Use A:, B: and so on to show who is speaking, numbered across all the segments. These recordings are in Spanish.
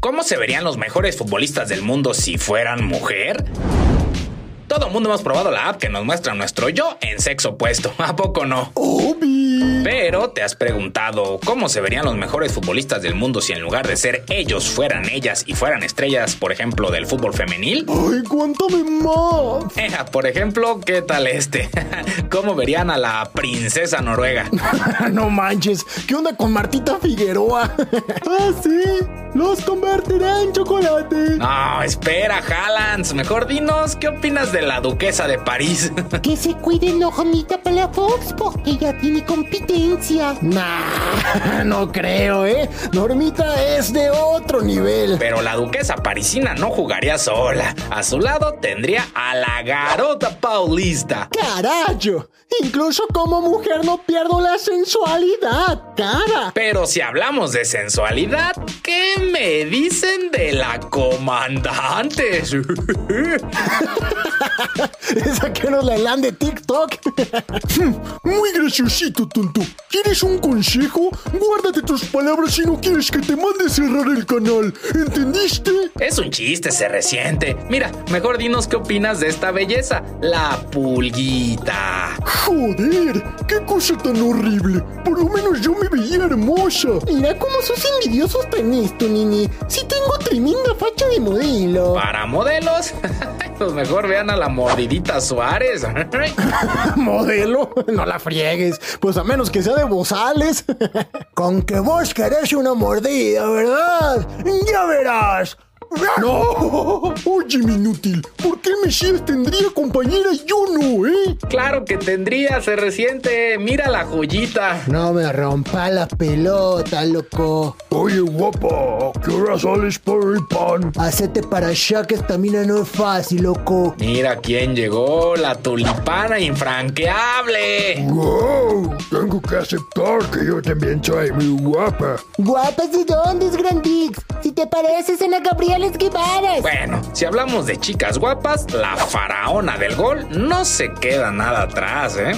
A: ¿Cómo se verían los mejores futbolistas del mundo si fueran mujer? Todo mundo hemos probado la app que nos muestra nuestro yo en sexo opuesto, ¿a poco no? Pero te has preguntado cómo se verían los mejores futbolistas del mundo si en lugar de ser ellos fueran ellas y fueran estrellas, por ejemplo, del fútbol femenil?
B: ¡Ay, cuéntame más!
A: Eh, por ejemplo, ¿qué tal este? ¿Cómo verían a la princesa noruega?
B: no manches, ¿qué onda con Martita Figueroa? ¡Ah, sí! ¡Los convertiré en chocolate!
A: No, espera, Hallands. Mejor dinos, ¿qué opinas de la duquesa de París?
C: Que se cuiden la Jomita Palafox porque ella tiene competencia.
B: Nah, no creo, ¿eh? Normita es de otro nivel.
A: Pero la duquesa parisina no jugaría sola. A su lado tendría a la garota paulista.
B: ¡Carayo! Incluso como mujer no pierdo la sensualidad, cara.
A: Pero si hablamos de sensualidad, ¿qué me dicen de la comandante?
B: Esa que nos la lan de TikTok.
D: Muy graciosito, tonto. ¿Quieres un consejo? Guárdate tus palabras si no quieres que te mande cerrar el canal. ¿Entendiste?
A: Es un chiste, se resiente. Mira, mejor dinos qué opinas de esta belleza, la pulguita.
D: Joder, qué cosa tan horrible. Por lo menos yo me veía hermosa.
C: Mira cómo sos envidiosos tenés, tu nini. Sí tengo tremenda facha de modelo.
A: Para modelos, pues mejor vean a la mordidita Suárez.
B: ¿Modelo? No la friegues. Pues a menos que sea de bozales.
E: Con que vos querés una mordida, ¿verdad? Ya verás.
D: ¡No! Oye, inútil, ¿por qué Mesías tendría compañera y yo no, eh?
A: Claro que tendría, se resiente. Mira la joyita.
E: No me rompa la pelota, loco.
D: Oye, guapa, ¿qué hora sales por el pan?
E: Hacete para allá que esta mina no es fácil, loco.
A: Mira quién llegó, la tulipana infranqueable.
D: ¡Wow! Tengo que aceptar que yo también soy muy guapa.
C: ¿Guapas de dónde, Grandix? Si te pareces en la Gabriela.
A: Bueno, si hablamos de chicas guapas, la faraona del gol no se queda nada atrás, ¿eh?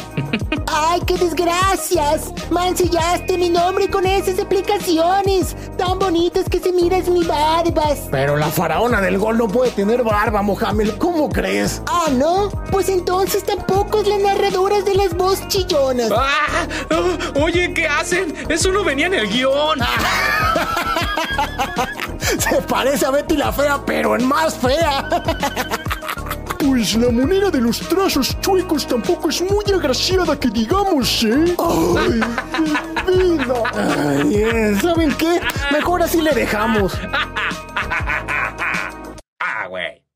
C: ¡Ay, qué desgracias! Mancillaste mi nombre con esas aplicaciones tan bonitas que se miras mi barbas.
B: Pero la faraona del gol no puede tener barba, Mohamed. ¿Cómo crees?
C: Ah, ¿no? Pues entonces tampoco es la narradora de las voz chillonas.
A: ¡Ah! Oh, oye, ¿qué hacen? Eso no venía en el guión. Ah,
B: se parece a Betty la Fea, pero en más fea.
D: Pues la moneda de los trazos chuecos tampoco es muy agraciada que digamos, ¿eh?
B: ¡Ay, divino! Ay, ¿Saben qué? Mejor así le dejamos.
A: ah, güey.